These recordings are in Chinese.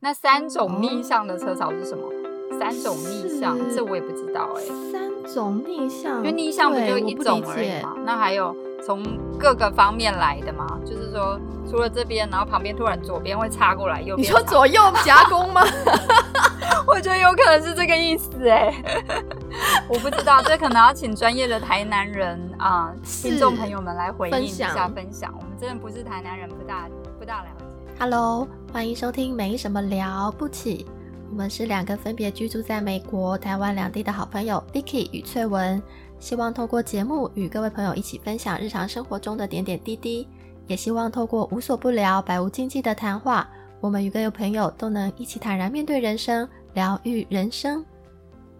那三哦种逆向的车潮是什么？三种逆向，是这我也不知道哎、三种逆向，因为逆向不对就我一不种理而已解嘛？那还有从各个方面来的嘛，就是说除了这边，然后旁边突然左边会插过来，右你边说插左右夹攻吗？ 我觉得有可能是这个意思哎、 我不知道，这可能要请专业的台南人啊、是听众朋友们来回应一分下享分享，我们真的不是台南人，不大不大了解。 Hello，欢迎收听《没什么了不起》，我们是两个分别居住在美国、台湾两地的好朋友 Vicky 与翠文，希望透过节目与各位朋友一起分享日常生活中的点点滴滴，也希望透过无所不聊、百无禁忌的谈话，我们与各位朋友都能一起坦然面对人生，疗愈人生。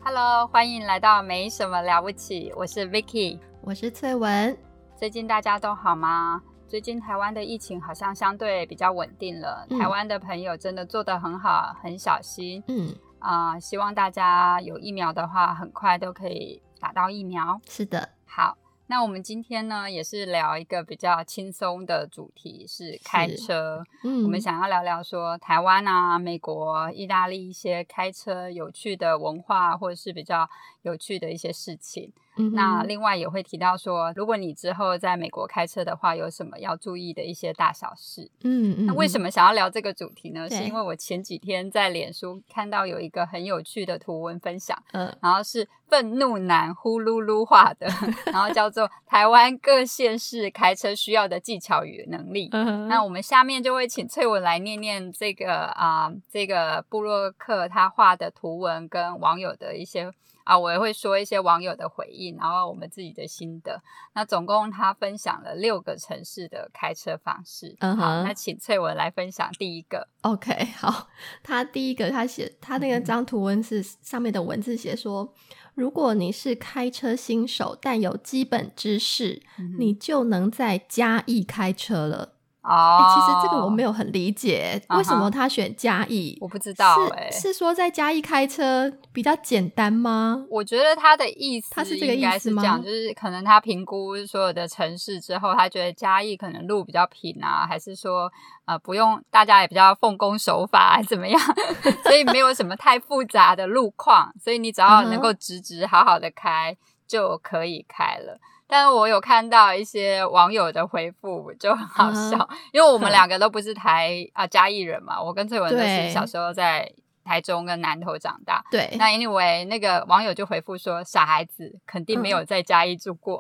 Hello，欢迎来到没什么了不起，我是 Vicky。我是翠文，最近大家都好吗？最近台湾的疫情好像相对比较稳定了，嗯台湾的朋友真的做得很好，很小心嗯，啊、希望大家有疫苗的话，很快都可以打到疫苗。是的，好，那我们今天呢，也是聊一个比较轻松的主题，是开是车。嗯，我们想要聊聊说台湾啊、美国、意大利一些开车有趣的文化，或者是比较有趣的一些事情。嗯哼，那另外也会提到说，如果你之后在美国开车的话，有什么要注意的一些大小事。嗯，嗯那为什么？么想要聊这个主题呢？是对因为我前几天在脸书看到有一个很有趣的图文分享。嗯然后是愤怒男呼噜噜画的， 然后叫做《台湾各县市开车需要的技巧与能力》。嗯，那我们下面就会请翠文来念念这个啊、这个布洛克他画的图文跟网友的一些啊、我也会说一些网友的回应，然后我们自己的心得。那总共他分享了六个城市的开车方式。嗯好，哼那请翠文来分享第一个。 OK，好， 他第一个他写他那个嗯张图文是上面的文字写说，如果你是开车新手，但有基本知识，嗯你就能在嘉义开车了。哦诶，其实这个我没有很理解，啊哈为什么他选嘉义？哦我不知道哎、是是说在嘉义开车比较简单吗？我觉得他的意思，他是这个应该意是思这吗样，就是可能他评估所有的城市之后，他觉得嘉义可能路比较平啊，还是说呃不用大家也比较奉公守法，还是怎么样？ 所以没有什么太复杂的路况，所以你只嗯要能够直直好好的开就可以开了。但是我有看到一些网友的回复，就很嗯好笑，因为我们两个都不是台啊嘉义人嘛，我跟翠文都是对小时候在台中跟南投长大，对，那 anyway，那个网友就回复说：“傻孩子肯定嗯没有在嘉义住过。。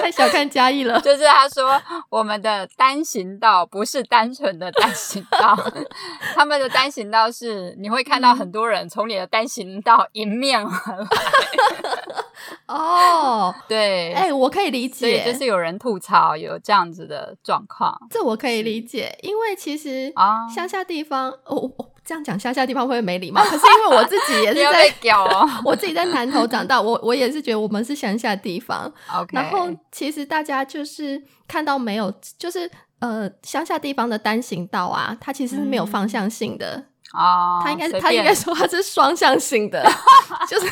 太小看嘉义了 就是他说我们的单行道不是单纯的单行道， 他们的单行道是你会看到嗯很多人从你的单行道迎面而来。哦， 对，哎、我可以理所以解，就是有人吐槽有这样子的状况这我可以理解，因为其实啊，乡下地方，哦我、我这样讲乡下地方会不会没礼 貌？可是因为我自己也你是要被在，屌 哦。我自己在南头长大，我我 也是觉得我们是乡下地方。 OK，然后其实大家就是看到没有，就是呃乡下地方的单行道啊，它其实是没有方向性的，啊，它应该随它应便该说它是双向性 的，就是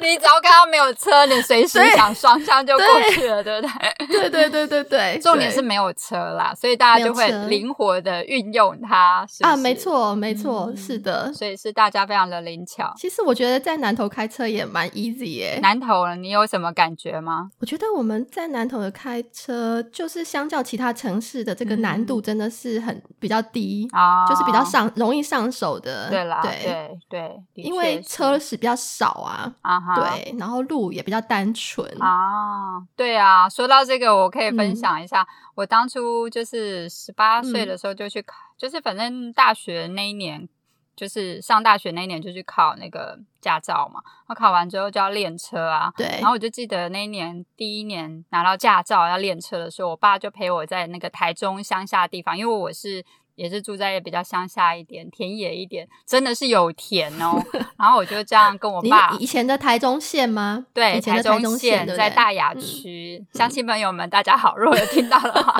你只要看到没有车，你随时对想双向就过去了，对不对？对对对对对， 重点是对没有车啦，所以大家就会没有车灵活的运用它是不是啊，没，错没错，嗯是的。所以是大家非常的灵巧。其实我觉得在南头开车也蛮 easy 耶、南投，你有什么感觉吗？我觉得我们在南投的开车，就是相较其他城市的这个难嗯度，真的是很比较低，啊，就是比较。上容易上手的。对啦，对，对对，的因为确是车是比较少啊，啊哈，对，然后路也比较单纯。啊，对啊。说到这个，我可以分嗯享一下，我当初就是十八岁的时候就去考，就是反正大学那一年。就是上大学那一年就去考那个驾照嘛，我考完之后就要练车啊，对然，后我就记得那一年第一年拿到驾照要练车的时候，我爸就陪我在那个台中乡下的地方，因为我是也是住在比较乡下一点、田野一点，真的是有田 哦。然后我就这样跟我你爸。以前的台中县吗？对，以前的台中县对不嗯在对大雅区，乡亲朋友们，大家好！如果有听到的 话，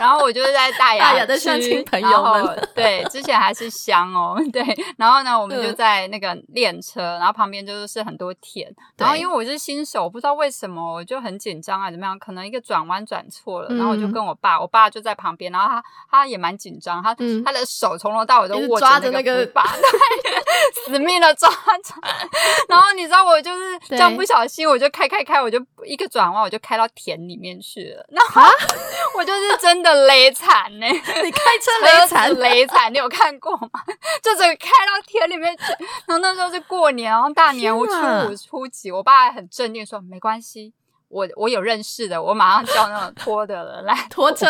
然后我就是在大雅大雅的区乡亲朋友们然后对，之前还是乡哦， 对。然后呢，我们就嗯在那个练车，然后旁边就是很多田，对然后因为我是新手，我不知道为什么我就很紧张啊，怎么样？可能一个转弯转错了，嗯然后我就跟我爸，我爸就在旁边，然后他他也蛮紧紧张，他、嗯他的手从头到尾都一直握抓着着那个个扶把， 对，死命的抓着。 然后你知道我就是这样对不小心，我就开开开，我就一个转弯，我就开到田里面去了。然后 我就是真的累惨呢、啊你开车雷惨车子，雷惨，你有看过吗？ 就整个开到田里面去。然后那时候是过年，然后大年初天哪五初几，我爸还很镇定说没关系。我我有认识的，我马上叫那种拖的人来拖 车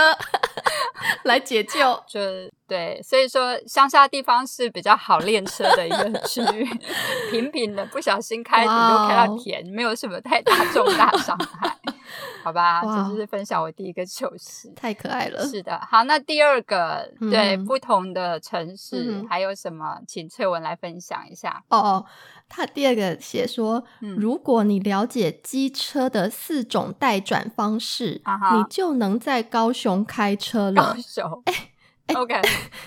来解救。就是对，所以说乡下地方是比较好练车的一个区域， 平平的，不小心开你哇就哦开到田，没有什么太大重大伤害， 好吧？哇哦这就是分享我第一个糗事。太可爱了，是的，好，那第二个、嗯对不同的城市、嗯还有什么，请翠文来分享一下。哦哦，他第二个写说，嗯如果你了解机车的四种待转方式，啊哈你就能在高雄开车高 了。手，哎、o k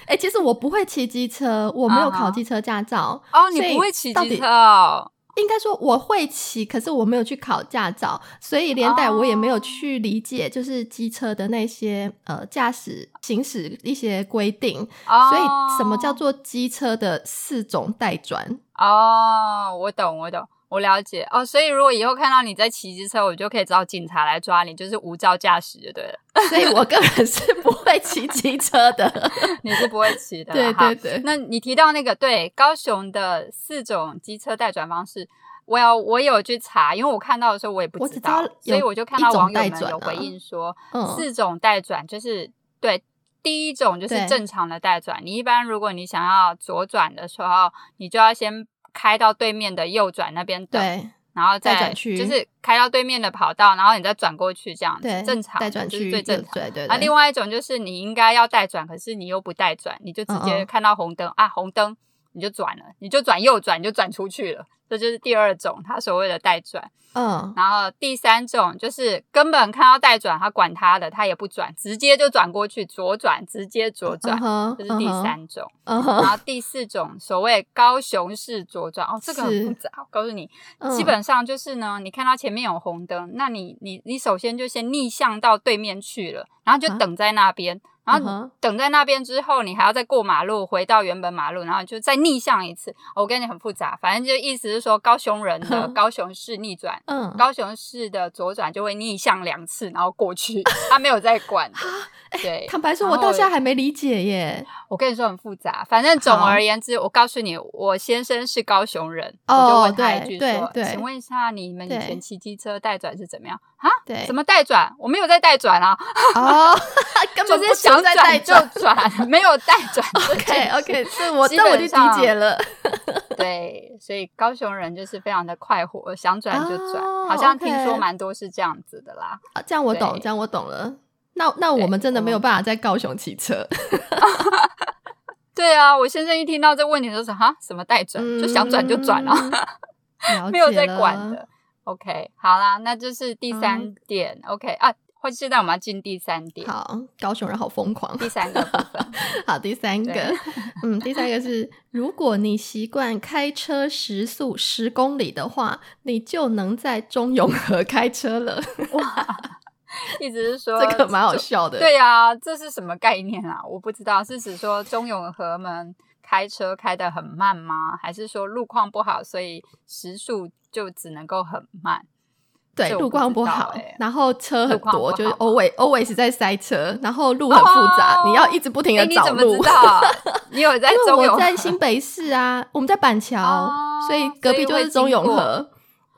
哎、其实我不会骑机车，我没有啊哈考机车驾照。哦，你所以不会骑到机底车哦，应该说我会骑，可是我没有去考驾照，所以连带我也哦没有去理解，就是机车的那些呃驾驶行驶一些规定。哦，所以什么叫做机车的四种待转？哦，我懂，我懂，我了解哦。所以如果以后看到你在骑机车，我就可以找警察来抓你，就是无照驾驶就对了。所以我个人 是不会骑机车的。你是不会骑的啦， 对哈对对，那你提到那个对高雄的四种机车代转方式，我有我有去查，因为我看到的时候我也不我知只道，知道所以有我就看一到种网友代们转有回啊应说，嗯四种代转就是对。第一种就是对正常的代转，你一般如果你想要左转的时候，你就要先开到对面的右转那边等，对然后再再转去就是开到对面的跑道，然后你再转过去这样子，对，正常待转这区是最正常。对对啊，对。另外一种就是你应该要带转，可是你又不带转，你就直嗯接嗯看到红灯、啊，红灯你就转了，你就转右转，你就转出去了，这就是第二种他所谓的带转。嗯，然后第三种就是根本看到带转，他管他的，他也不转，直接就转过去，左转直接左转。转这是第，三种，嗯然哼后第四种所谓高雄市左转哦，这个很是复杂。我告诉你，嗯基本上就是呢，你看到前面有红灯，那你你你首先就先逆向到对面去了，然后就啊等在那边，然嗯后哼等在那边之后，你还要再过马路回到原本马路，然后你就再逆向一次。哦我跟你很复杂，反正就意思是说高雄人的高雄市逆转。嗯，高雄市的左转就会逆向两次，然后过去，他没有在管啊的。对，坦白说，然我后到现在还没理解耶。我跟你说很复杂，反正总好而言之，我告诉你，我先生是高雄人，哦我就问他一句对说：“对对请问一下，你们以对前骑机车带转是怎么样啊？对，什么带转？我没有在带转啊， 哦，根本就不是想存在待转就转。 转，没有带 转。 OK OK，这我基这我就本上理解了。对，所以高雄人就是非常的快活，想转就转，哦好像听说 OK 蛮多是这样子的啦。 啊这样我懂，对这样我懂了。那那我对们真的我没有们办法在高雄骑车，对啊，我先生一听到这问题就说：哈，什么带转？就想转就转啊。”嗯，了没有解在了管的。OK，好啦，那就是第三嗯点。OK 啊，或现在我们要进第三点，好，高雄人好疯狂。第三个部分。好，第三个对，嗯，第三个是，如果你习惯开车时速十公里的话，你就能在中永和开车了。意思是说 这个蛮好笑呃的。对啊，这是什么概念啊？我不知道，是指说中永和们开车开得很慢吗？还是说路况不好，所以时速就只能够很慢？对，这我不路况知不道好，欸然后车路很况多，不就是好 always always 在塞车，然后路很复杂，哦你要一直不停哎，的你找怎么路知。道？ 你有在因中为永我在和？新北市啊，我们在板桥，哦所以隔壁就是中永所以会和。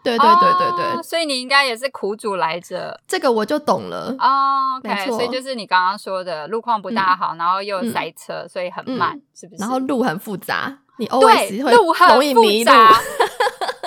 对对对对对，哦所以你应该也是苦主来着。这个我就懂了。哦没，OK，错嗯所以就是你刚刚说的路况不大好，然后又塞车，所以很慢，是不是？然后路很复杂，你对 always 会路很容易迷复路。 杂。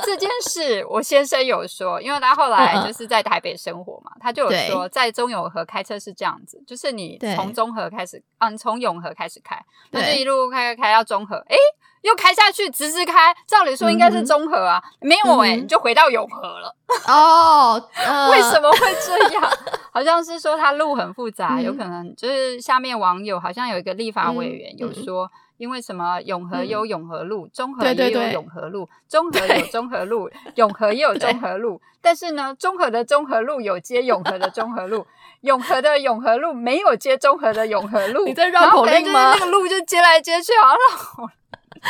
这件事我先生有说，因为他后来嗯嗯就是在台北生活嘛，他就有对说，在中永和开车是这样子，就是你对从中和开始，嗯、你从永和开始开，那对就一路开开开到中和，诶，又开下去，直直开，照理说应该是中和啊，没有哎、嗯嗯哼你就回到永和了。哦， 呃为什么会这样？ 好像是说他路很复杂，嗯有可能就是下面网友好像有一个立法委员嗯有说，因为什么永和有永和路，中和对也对有对永和路，中和有对中和路，永和也有中和路，但是呢，中和的中和路有接永和的中和路，永和的永和路没有接中和的永和路。你在绕口令吗然后反正就是那个路就接来接去，好像 绕口令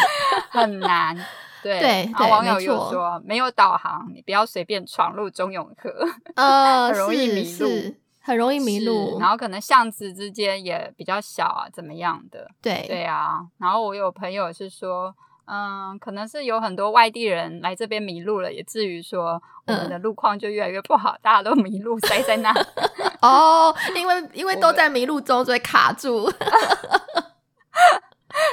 很难。对，对然后对网友没又错说没有导航，你不要随便闯入中永和。呃，很容易是迷路是很容易迷是路。然后可能巷子之间也比较小啊，怎么样的？对对啊，然后我有朋友是说，嗯，可能是有很多外地人来这边迷路了，也至于说我们嗯的路况就越来越不好，大家都迷路塞在那。 哦，因为因为我都们在迷路中，所以卡住。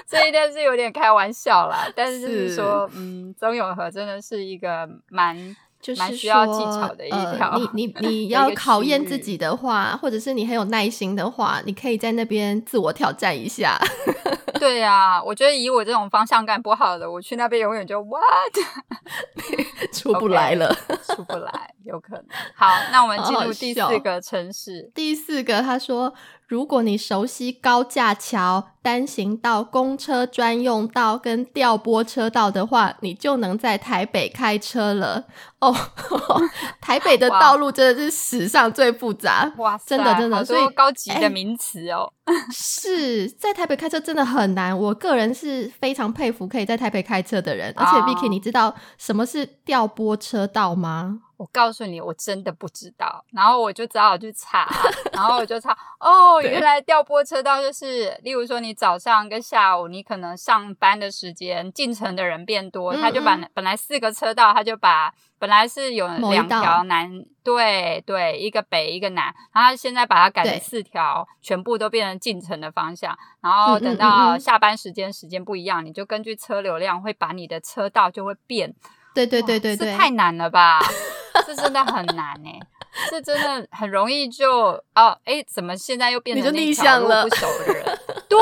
这一段是有点开玩笑啦，但是就是是说，嗯，曾永和真的是一个蛮就是蛮说，需要技巧的一条呃、 你你一你个要区考验域自己的话，或者是你很有耐心的话，你可以在那边自我挑战一下。 对啊，我觉得以我这种方向感不好的，我去那边永远就 what 出不来了。 出不来，有可能。好，那我们进好好入第笑哦四个城市。第四个，他说，如果你熟悉高架桥、单行道、公车专用道跟调拨车道的话，你就能在台北开车了。哦， 台北的哇道路真的是史上最复杂。哇塞，真的真的好所以多高级哎的名词哦。是在台北开车真的很难，我个人是非常佩服可以在台北开车的人。而且啊 Vicky，你知道什么是调拨车道吗？我告诉你，我真的不知道。然后我就只好去查，然后我就查，哦，对原来调拨车道就是，例如说你早上跟下午，你可能上班的时间进城的人变多，嗯他就把嗯本来四个车道，他就把本来是有某一两道条南，对对，一个北一个南，然后他现在把它改对成四条，全部都变成进城的方向。然嗯后嗯等嗯到嗯下班时间时间不一样，你就根据车流量会把你的车道就会变。对对哇对对对这，太难了吧？这真的很难哎、这真的很容易就哦，哎，怎么现在又变成你就那逆条向路了不熟的 人？对，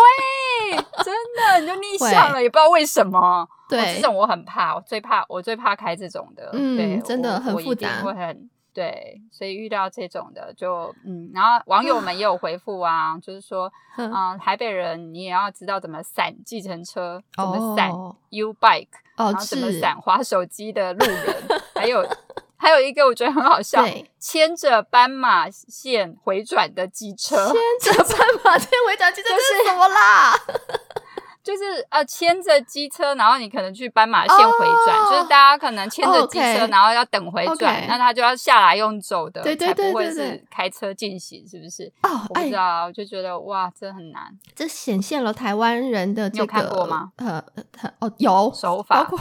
真的你就逆向了，也不知道为什么。哦这对种我很怕，我最怕，我最怕开这种的。嗯对，真的我很我一复定杂会很对，所以遇到这种的就嗯，然后网友们也有回复啊，就是说，嗯嗯、台北人你也要知道怎么闪计程车，怎么闪哦 U bike。哦然后怎么是，闪滑手机的路人，还有还有一个我觉得很好笑对，牵着斑马线回转的机车， 牵着斑马线回转机车，这是什么啦？就是呃牵着机车，然后你可能去斑马线回转，哦就是大家可能牵着机车 OK 然后要等回转 OK 那他就要下来用走的，对对才对不会对对是开车进行，是不是？哦，我不哎知，道，我就觉得哇，这很难这显现了台湾人的这个你有看过吗？呃，呃哦，有，手包法。括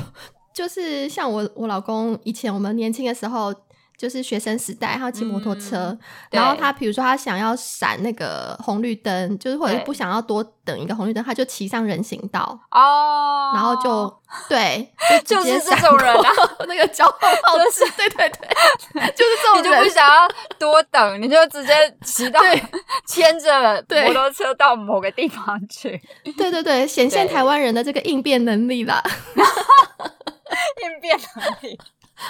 就是像我我老公以前我们年轻的时候，就是学生时代，他骑摩托车，嗯然后对他比如说他想要闪那个红绿灯，就是或者是对不想要多等一个红绿灯，他就骑上人行道。哦，然后 就对，就就直接是这闪种人啊过那个交通号志，对对对，就是这你种就不人，想要多等，你就直接骑到对 牵着对摩托车到某个地方 去，对对对，显现对台湾人的这个应变能 力啦。应变能力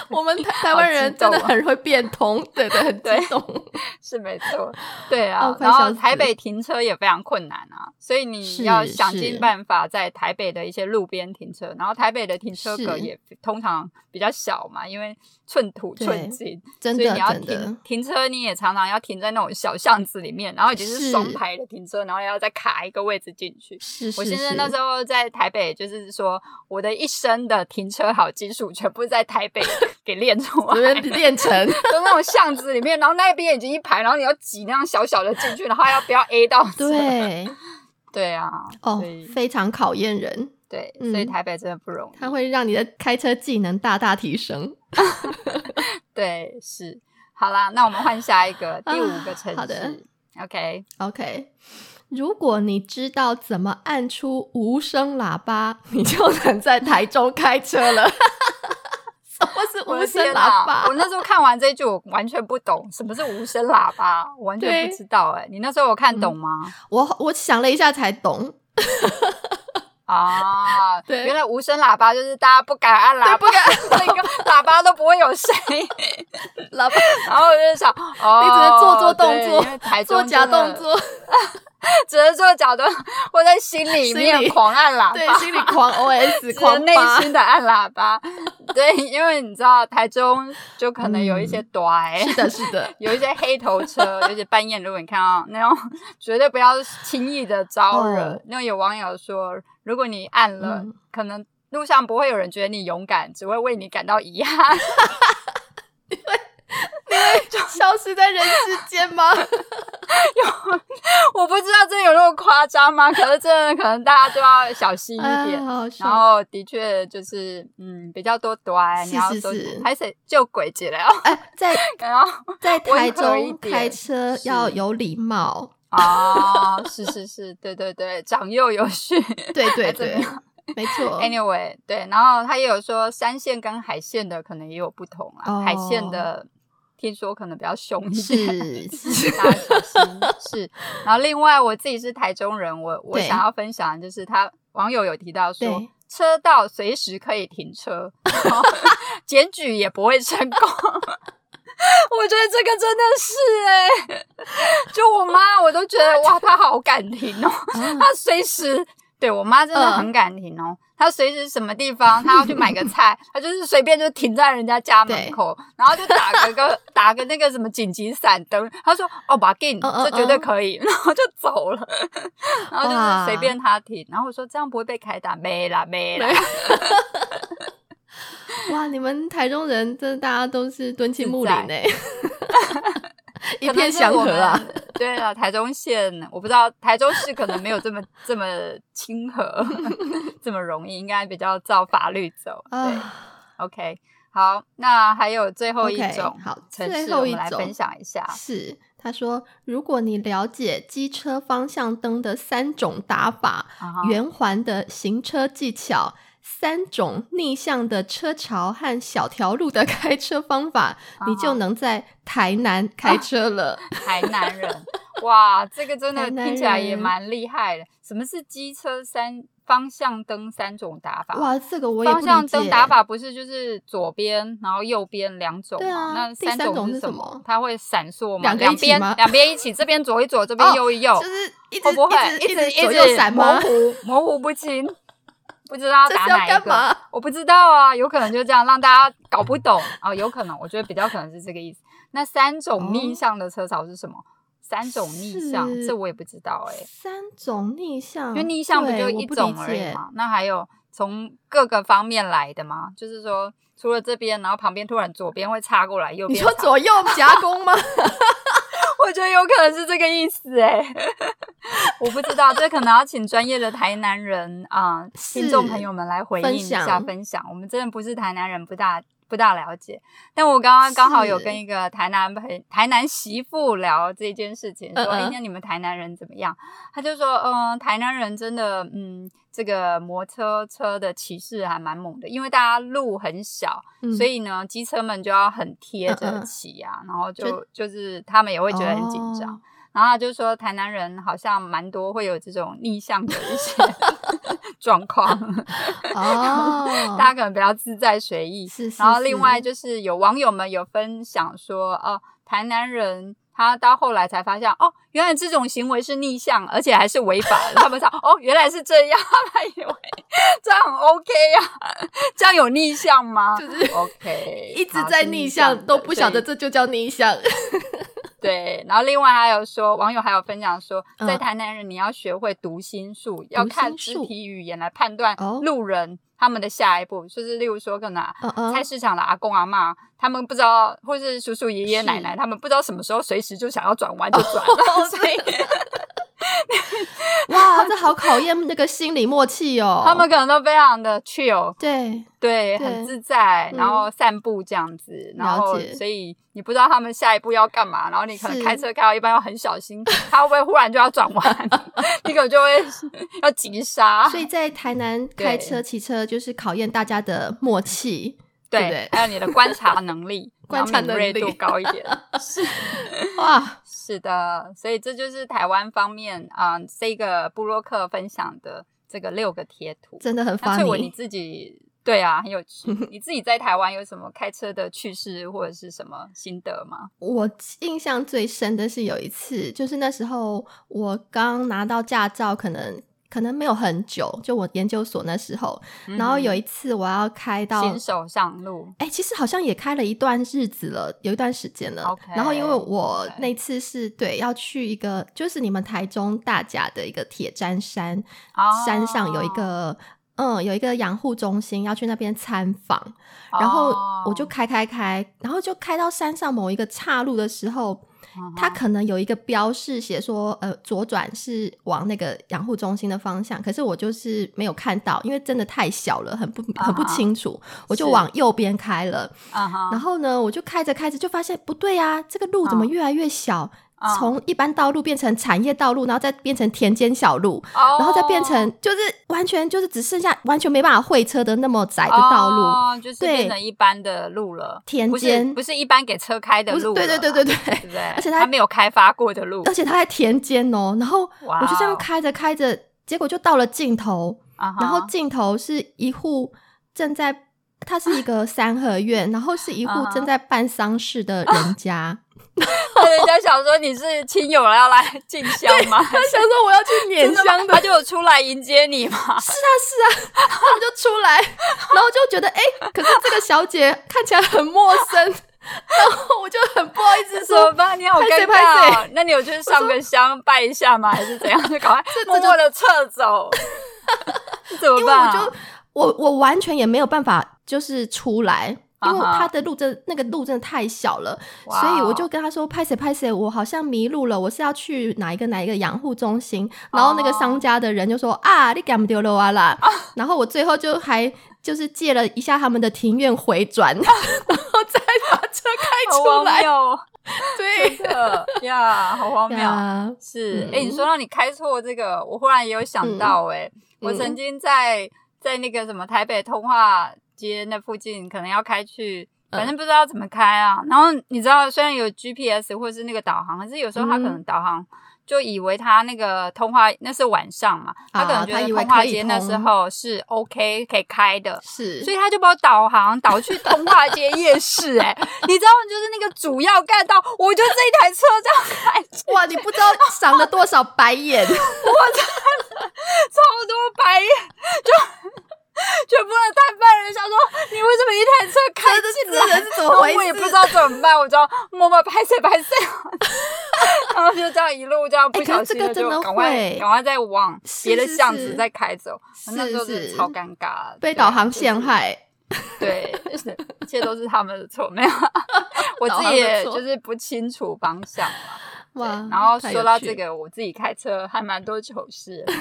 我们台台湾人真的好激动啊很会变通，对对，很激对动。是没错。对啊哦，快然笑后死台北停车也非常困难啊，所以你是要想是尽办法在台北的一些路边停车，然后台北的停车格是也通常比较小嘛，因为寸土对寸金，真所以的你要真的停停车，你也常常要停在那种小巷子里面，然后已经是是双排的停车，然后要再卡一个位置进去。是是我先是生那时候在台北，就是说我的一身的停车好技术，全部在台 北给练出我来，们练成就那种巷子里面，然后那边已经一排，然后你要挤那样小小的进去，然后还要不要 A 到车？ 对对啊，哦所以，非常考验人，对，嗯所以台北真的不容易。它会让你的开车技能大大提升。对，是好啦，那我们换下一个啊第五个城好的市。OK， OK，如果你知道怎么按出无声喇叭， 你就能在台中开车了。什么是我无的声天喇哪！叭我？那时候看完这一句，我完全不懂什么是无声喇叭，我完全对不知道哎、你那时候有看懂吗？我我想了一下才懂，啊，了。对原来无声喇叭就是大家不敢按喇叭，那个喇叭都不会有声 音。喇叭然后我就想，哦，你只能做做动作对因为台中做假真的动，作，只能做假动，我在心里心里面狂按喇对叭，，心里 狂 OS 只能狂内扒，心的按喇叭。对，因为你知道台中就可能有一嗯些短、是的，是的。有一些黑头车，尤其半夜，如果你看到那种， 绝对不要轻易的招惹。哦那有网友说，如果你按了，嗯可能路上不会有人觉得你勇敢，只会为你感到遗憾。 消失在人世间吗？我不知道这有那么夸张吗？可是真的，可能大家就要小心 一点。啊好笑然后的确就是，嗯，比较多短，是然后是说是还是就鬼节了哦，哎，在 然后 在台温和一中点开车是要有礼 貌，哦，是是是，对对对，长幼有序。对对还怎么对，没错。 Anyway，对，然后他也有说山线跟海线的可能也有不同啊，哦海线的听说可能比较凶一点。是是，大家小心是，然后另外我自己是台中人，我我对想要分享的就是他网友有提到说对，车道随时可以停车，然后 检举也不会成功。 我觉得这个真的是哎、 就我妈我都觉 得哇，她好敢停哦，啊他随时对我妈真嗯的很敢停哦，她随时什么地方，她要去买个菜，她就是随便就停在人家家门口，然后就打个个打个那个什么紧急闪灯，她说哦，把给你，嗯嗯这绝对可以，然后就走了，然后就是哇随便她停，然后我说这样不会被开打，没啦没啦，哇，你们台中人真的大家都是敦亲睦邻自在 哎，一片祥和啊可能是我！们。对啊，台中县我不知道台中市可能没有这么这么亲和， 这么容易，应该比较照法律走。对。啊， OK，好，那还有最后一 OK，种好城最市，后我一们来种分享一 下。是他说，如果你了解机车方向灯的三种打法，啊哈圆环的行车技巧。三种逆向的车潮和小条路的开车方法，你就啊能在台南开车 了。台南人，哇，这个真的台南听起来也人蛮厉害的。什么是机车三方向灯三种打法？哇，这个我也不方理向灯解欸打法不是就是左边，然后右边两种对吗？啊那第三三种是是什什么它会闪烁吗？两个两一起边吗两边一起，这边左一左，这边哦右一右，就是一直会哦不会一直直左右闪模吗？ 糊模糊不清，不知道要这打是要哪一干个嘛？我不知道啊，有可能就这样让大家搞嗯不懂哦，有可能，我觉得比较可能是这个意思。那三哦种逆向的车潮是什么？三种逆向，是这我也不知道哎、三种逆向，因为逆向不对就我一不种理而已解嘛？那还有从各个方面来的吗？就是说，除了这边，然后旁边突然左边会插过来，右你边说插左右夹攻 吗？我觉得有可能是这个意思哎、 我不知道，这可能要请专业的台南人啊、呃是听众朋友们来回应一下分分享享我们真的不是台南人，不大不大了解。但我刚刚刚好是有跟一个台南朋台南媳妇聊这件事情，说：“嗯嗯哎、那你们台南人怎么样？”他就说：“嗯、台南人真的，嗯，这个摩托车的骑士还蛮猛的，因为大家路很小，嗯所以呢，机车们就要很贴着嗯嗯骑啊，然后就就就是他们也会觉得很紧张。哦然后他就说，台南人好像蛮多会有这种逆向的一些 状况，嗯哦， 大家可能比较自在随意。是是，然后另是外就是有网友们有分享说，哦，台南人他到后来才发现，哦，原来这种行为是逆向，而且还是违法的。他们想，哦，原来是这样， 他们以为这样很 OK 啊，这样有逆向吗？就是 OK， 一直好在是逆逆向，向都的不晓得对这就叫逆向。对，然后另外还有说，网友还有分享说，嗯在台南人你要学会读心术，要看肢心术体语言来判断哦路人他们的下一步，就是例如说可能啊、嗯嗯菜市场的阿公阿嬷，他们不知道，或是叔叔爷爷是哦奶奶，他们不知道什么时候随时就想要转弯就转 了，所以哇，这好考验那个心理默契哦。 他们可能都非常的 chill，对对，对很自在，嗯然后散步这样子，然后了解所以你不知道他们下一步要干嘛，然后你可能是开车开到一半要很小心，他会不会忽然就要转弯， 你可能就会要急刹，所以在台南开车、骑车就是考验大家的 默契。对不对对，还有你的观察能力， 观察然后能敏力锐度高一点，是哇，是的，所以这就是台湾方面啊、这个布洛克分享的。这个六个贴图。真的很那翠文你你自己对啊，很有 趣。你自己在台湾有什么开车的趣事或者是什么心得吗？我印象最深的是有一次，就是那时候我刚拿到驾照，可能可能没有很久，就我研究所那时候，嗯然后有一次我要开到嗯新手上路，哎、其实好像也开了一段日子了，有一段时间了。 OK，然后因为我 OK 那次是对要去一个，就是你们台中大甲的一个铁砧山、哦山上有一个。嗯，有一个养护中心要去那边参访，然后我就哦开开开，然后就开到山上某一个岔路的时候，嗯哼它可能有一个标示写说，呃，左转是往那个养护中心的方向，可是我就是没有看到，因为真的太小了，很不很不啊清楚，我就是往右边开了。嗯哼然后呢，我就开着开着就发现不对啊，这个路怎么嗯越来越小？嗯从一般道路变成产业道路，然后再变成田间小路，哦然后再变成就是完全就是只剩下完全没办法会车的那么窄的道路，哦就是对变成一般的路了，田不是间不是一般给车开的不是路了啊对啦，对对对对，对不对？而且呃它它没有开发过的路，而且它在田间哦，然后哇我就这样哦开着开着，结果就到了尽头，啊哈然后尽头是一户正在。它是一个三合院，然后是一户嗯哼正在办丧事的人家， 人家想说你是亲友了要来进香吗？想 说我要去真碾的吗香的他就有出来迎接你吗？啊他们就出来，然后就觉得哎、可是这个小姐看起来很陌生， 然后我就很不好意思怎么说，办？你好拍谁尴拍尬、哦。那你有去上个香拜一下吗？还是怎样？就赶快默默的撤走。 怎么因为办、我啊？就我我完全也没有办法就是出来。因为啊哈他的路真那个路真的太小了，哇所以我哦就跟他说：“拍谁拍谁，我好像迷路了，我是要去哪一个哪一个养护中心。”然后那个哦商家的人就说：“啊，你干丢了啊啦！”然后我最后就还就是借了一下他们的庭院 回转，然后再把车开好出荒来。谬哦， 对，啊真的呀，好荒谬。哦呀是，嗯哎、你说到你开错这个，我忽然也有想到、诶哎、嗯我曾经在在那个什么台北通化街那附近，可能要开去，反嗯正不知道怎么开啊。然后你知道，虽然有 GPS 或是那个导航，可是有时候它可嗯能导航就以为它那个通化那是晚上嘛，它可啊能觉它得以为通化可以街那时通候是 OK 可以开的，是，所以他就把我导航导去通化街夜市、哎， 你知道，就是那个主要干道，我就这一台车这样开去，哇，你不知道赏了多少白眼， 超多白眼，就全部的摊贩人想说，你为什么一台车开进这人来？是怎然么后回事？我也不知道怎么办，我就要默默拍摄拍摄， 然后就这样一路这样不小心哎可的是这就个真的赶快会赶快再往是别的是巷是子再开走，是那时候真的是超尴尬，对被导航就是陷害。对，就是一切都是他们的错， 没有，我导自航己的也错就是不清楚方向嘛。对哇，然后太说有到趣这，个，我自己开车还蛮多糗事的，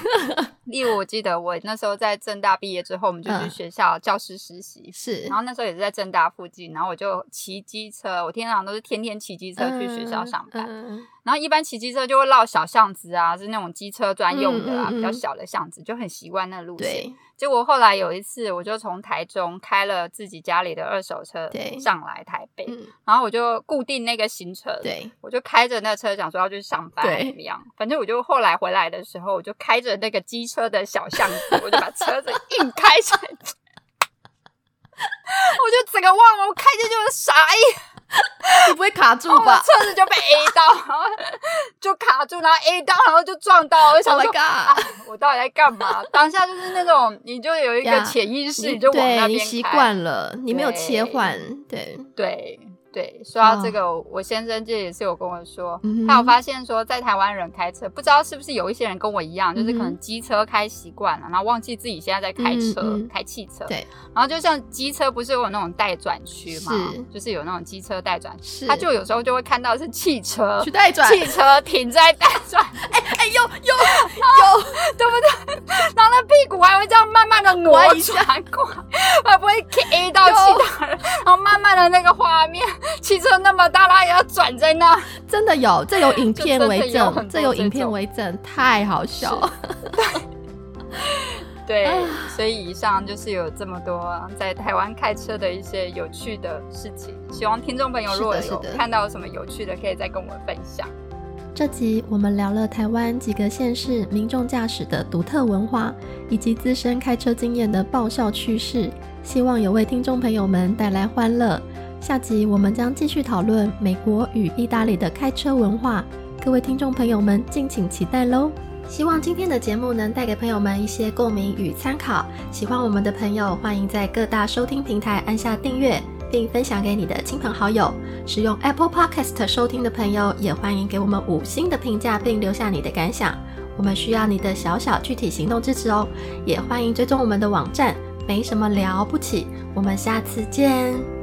例如我记得我那时候在正大毕业之后，我们就去嗯学校教师实习。是然后那时候也是在正大附近，然后我就骑机车，我天常都是天天骑机车去学校上班。嗯然后一般骑机车就会绕小巷子啊，是那种机车专用的啊，嗯嗯嗯比较小的巷子，就很习惯那路线。对，结果后来有一次，我就从台中开了自己家里的二手车对上来台北，嗯，然后我就固定那个行程，对，我就开着那车想说要去上班对怎么样？反正我就后来回来的时候，我就开着那个机车的小巷子，我就把车子硬开下去。 我就整个忘了，我开进去我傻眼，你不会卡住然哦后我吧车子就被 A 到，然后就卡住，然后 A 到，然后就撞到，我就想？Oh 说 my 啊 god！，我到底在干嘛？当下就是那种，你就有一个呀潜意识，你你就往那对边你开习。惯了，你没有切对换，对，对对，说到这哦个，我先生这也是有跟我说，嗯哼他有发现说，在台湾人开车，不知道是不是有一些人跟我一样，就是可嗯能机车开习惯了，然后忘记自己现在在开车，嗯嗯开汽车。对，然后就像机车不是有那种待转区嘛是，就是有那种机车待转区，是，他就有时候就会看到是汽车去。带转，汽车停在待 转，哎呦呦呦， 对不对？然后那屁股还会这样慢慢的挪挪一下转过来，会不会 K 到其他人？然后慢慢的那个画面，汽车那么大，它也要转在那，真的有，这有影就片真的为有证，很这多有这影片种为证，太好笑了。对啊，所以以上就是有这么多在台湾开车的一些有趣的事情。希望听众朋友是的如果是有的看到什么有趣的，可以再跟我们分享。这集我们聊了台湾几个县市民众驾驶的独特文化，以及自身开车经验的爆笑趣事，希望有为听众朋友们带来欢乐。下集我们将继续讨论美国与意大利的开车文化，各位听众朋友们敬请期待喽！希望今天的节目能带给朋友们一些共鸣与参考。喜欢我们的朋友，欢迎在各大收听平台按下订阅，并分享给你的亲朋好友。使用 Apple Podcast 收听的朋友，也欢迎给我们五星的评价，并留下你的感想。我们需要你的小小具体行动支持哦！也欢迎追踪我们的网站，没什么了不起。我们下次见。